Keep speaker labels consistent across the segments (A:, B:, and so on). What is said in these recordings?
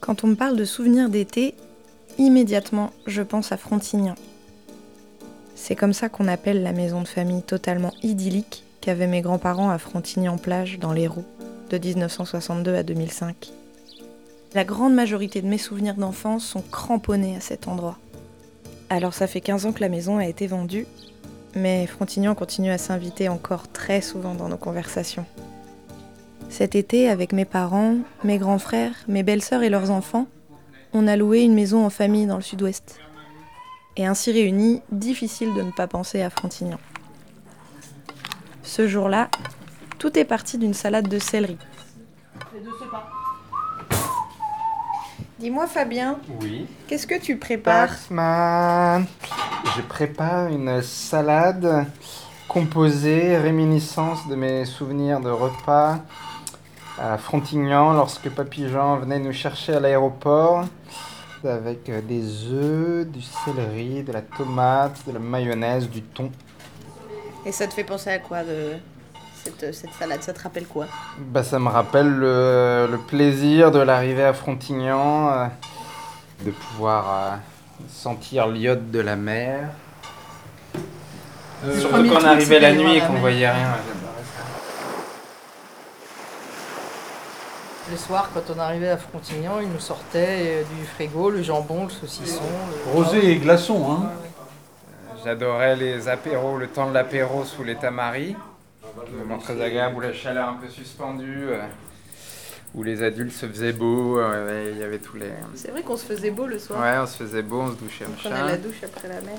A: Quand on me parle de souvenirs d'été, immédiatement, je pense à Frontignan. C'est comme ça qu'on appelle la maison de famille totalement idyllique qu'avaient mes grands-parents à Frontignan-Plage dans l'Hérault, de 1962 à 2005. La grande majorité de mes souvenirs d'enfance sont cramponnés à cet endroit. Alors ça fait 15 ans que la maison a été vendue, mais Frontignan continue à s'inviter encore très souvent dans nos conversations. Cet été, avec mes parents, mes grands frères, mes belles-sœurs et leurs enfants, on a loué une maison en famille dans le sud-ouest. Et ainsi réunis, difficile de ne pas penser à Frontignan. Ce jour-là, tout est parti d'une salade de céleri. Dis-moi Fabien,
B: Oui.
A: qu'est-ce que tu prépares
B: Paxman. Je prépare une salade composée, réminiscence de mes souvenirs de repas à Frontignan lorsque Papy Jean venait nous chercher à l'aéroport avec euh, des œufs, du céleri, de la tomate, de la mayonnaise, du thon.
C: Et ça te fait penser à quoi de cette, cette salade Ça te rappelle quoi
B: Bah, ça me rappelle le, le plaisir de l'arrivée à Frontignan, euh, de pouvoir euh, sentir l'iode de la mer.
C: Euh, Le
B: surtout
C: premier
B: quand on
C: truc,
B: arrivait
C: c'est
B: la
C: d'aller voir
B: nuit et
C: la
B: qu'on
C: mer.
B: voyait rien.
D: Le soir, quand on arrivait à Frontignan, il nous sortait euh, du frigo le jambon, le saucisson. le-
E: Rosé et glaçon, hein
B: J'adorais les apéros, le temps de l'apéro sous les tamaris. Le moment très agréable où la chaleur un peu suspendue, euh, où les adultes se faisaient beau, euh, il y avait tous les...
C: C'est vrai qu'on se faisait beau le soir.
B: Ouais, on se faisait beau, on se douchait
C: On
B: machin.
C: prenait la douche après la mer.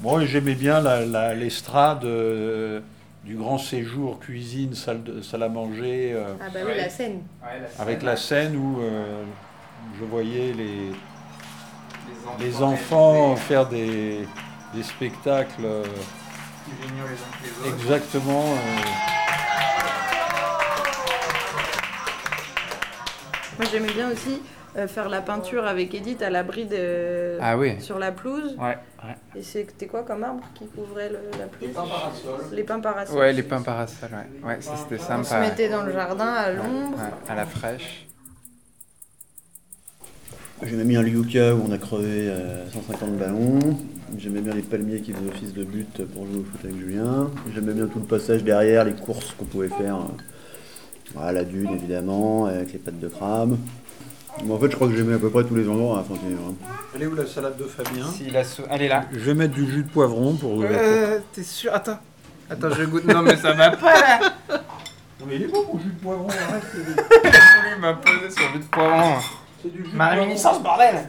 E: Moi, j'aimais bien la- la- l'estrade euh, du grand séjour, cuisine, salle, de- salle à manger, euh,
C: Ah bah oui,
B: Ouais.
C: la Seine.
B: Ouais, la
E: avec
B: scène,
E: la scène où euh, je voyais les, les
B: réalisés.
E: enfants faire des, des spectacles euh, exactement. euh,
C: Moi j'aimais bien aussi euh, faire la peinture avec Edith à l'abri de...
B: Ah oui.
C: sur la pelouse.
B: Ouais,
C: Et c'était quoi comme arbre qui couvrait le- la pelouse Les pins parasols.
B: ouais, les pains parasols, ouais. Ouais, ça c'était
C: On se
B: sympa.
C: mettait dans le jardin à l'ombre.
B: Ouais, à la fraîche.
F: J'aimais bien le Yuka où on a crevé euh, 150 ballons. J'aimais bien les palmiers qui faisaient office de but pour jouer au foot avec Julien. J'aimais bien tout le passage derrière, les courses qu'on pouvait faire. euh, à la dune évidemment, avec les pattes de crabe. Mais en fait, je crois que j'aimais à peu près tous les endroits hein, à Fontenay.
E: Elle est où la salade de Fabien
B: Si, la sou- Elle est là.
E: Je vais mettre du jus de poivron pour.
B: Euh, t'es sûr Attends. Attends, je goûte. Non, mais ça va pas là
E: Non, mais il est bon mon jus de poivron, arrête, c'est-
B: Il m'a posé sur le but de poivron.
E: c'est du jus de
B: Ma
E: poivron.
B: réminiscence, bordel